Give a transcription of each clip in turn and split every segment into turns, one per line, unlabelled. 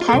台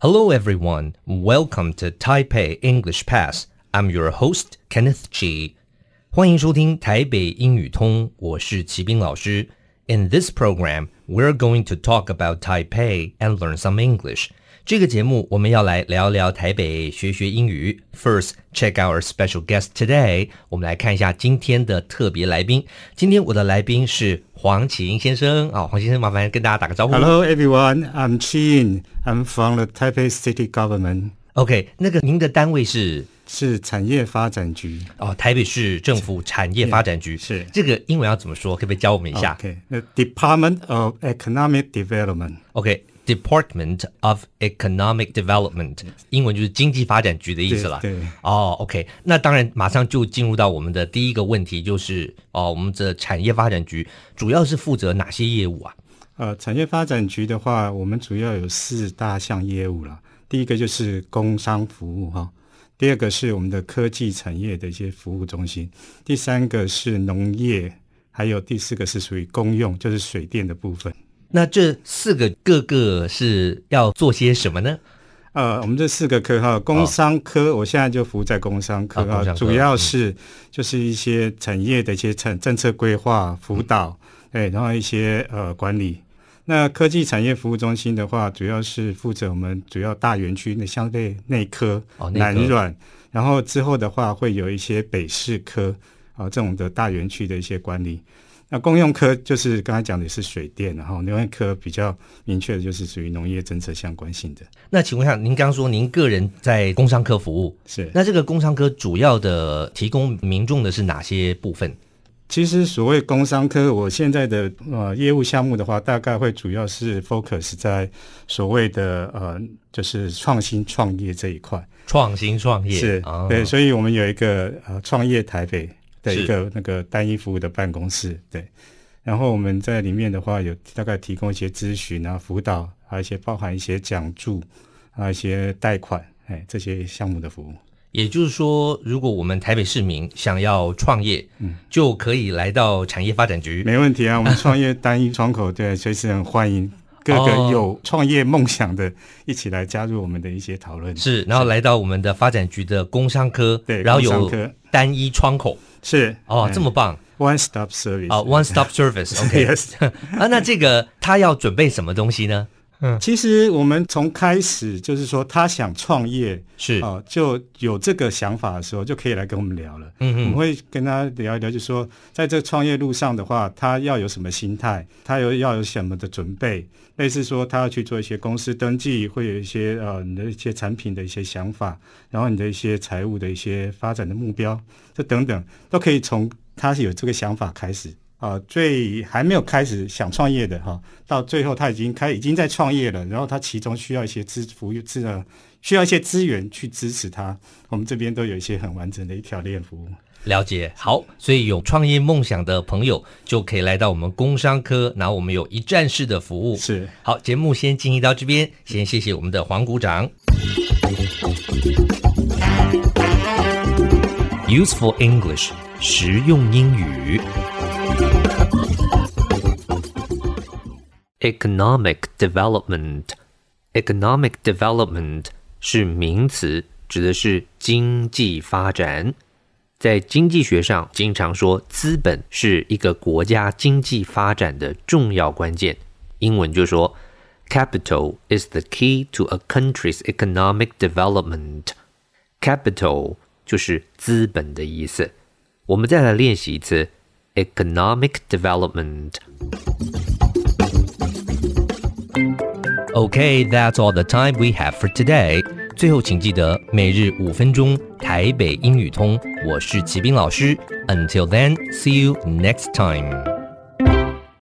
Hello, everyone. Welcome to Taipei English Pass. I'm your host, Kenneth Chi. 欢迎收听台北英语通，我是齐斌老师。In this program, we're going to talk about Taipei and learn some English. 这个节目我们要来聊聊台北，学学英语。First, check out our special guest today. 我们来看一下今天的特别来宾。今天我的来宾是黄启英先生啊，黄先生，麻烦跟大家打个招呼。
Hello everyone, I'm Chin. I'm from the Taipei City Government，
OK，那个您的单位是
是产业发展局。
哦，台北市政府产业发展局
是
这个英文要怎么说？可不可以教我们一下
OK，那 Department of Economic Development，
？OK，Department of Economic Development，英文就是经济发展局的意思了。
嗯对对
哦，OK，那当然，马上就进入到我们的第一个问题，就是哦，我们的产业发展局主要是负责哪些业务啊？
呃，产业发展局的话，我们主要有四大项业务啦。第一个就是工商服务哈、第二个是我们的科技产业的一些服务中心，第三个是农业，还有第四个是属于公用，就是水电的部分。
那这四个各个是要做些什么呢？
呃，我们这四个科哈，工商科，我现在就服务在工商科
啊工
哈，
商科
主要是就是一些产业的一些政政策规划辅导，
嗯
哎，然后一些呃管理。那科技产业服务中心的话，主要是负责我们主要大园区那相对内科、
哦内科
南软，然后之后的话会有一些北市科啊、这种的大园区的一些管理。那公用科就是刚才讲的也是水电，然后农业科比较明确的就是属于农业政策相关性的，
那请问一下，您刚刚说您个人在工商科服务，
是。
那这个工商科主要的提供民众的是哪些部分？
其实所谓工商科，我现在的呃业务项目的话，大概会主要是 focus 在所谓的呃就是创新创业这一块。
创新创业
是，
哦
对，所以我们有一个呃创业台北的
是
一个那个单一服务的办公室，对。然后我们在里面的话，有大概提供一些咨询啊、辅导，还有一些包含一些奖助，还有一些贷款，哎，这些项目的服务。
也就是说，如果我们台北市民想要创业，就可以来到产业发展局。
没问 题啊，我们创业单一窗口，对，随时很欢迎各
哦
个有创业梦想的，一起来加入我们的一些讨论。
是，然后来到我们的发展局的工商科，
对
然后有
工商科
单一窗口，
是哎
哦，这么棒
one stop service
啊，one stop service，OK，、
Yes
啊，那这个他要准备什么东西呢？
其实我们从开始就是说，他想创业
是，
哦、就有这个想法的时候，就可以来跟我们聊了。我
嗯
们
嗯，
会跟他聊一聊，就说在这创业路上的话，他要有什么心态，他有要有什么的准备，类似说他要去做一些公司登记，会有一些呃你的一些产品的一些想法，然后你的一些财务的一些发展的目标，这等等都可以从他有这个想法开始。啊、最还没有开始想创业的哈、到最后他已经开已经在创业了，然后他其中需要一些支服务资呃需要一些资源去支持他，我们这边都有一些很完整的一条链服务。
了解。好，所以有创业梦想的朋友就可以来到我们工商科，然后我们有一站式的服务。
是
好，节目先进行到这边，先谢谢我们的黄股长。Useful English，实用英语。Economic development，economic development 是名词，指的是经济发展。在经济学上，经常说资本是一个国家经济发展的重要关键。英文就说，capital is the key to a country's economic development。capital 就是资本的意思。我们再来练习一次 economic development。Okay, that's all the time we have for today. 最后，请记得每日五分钟台北英语通。我是齐斌老师。Until then, see you next time.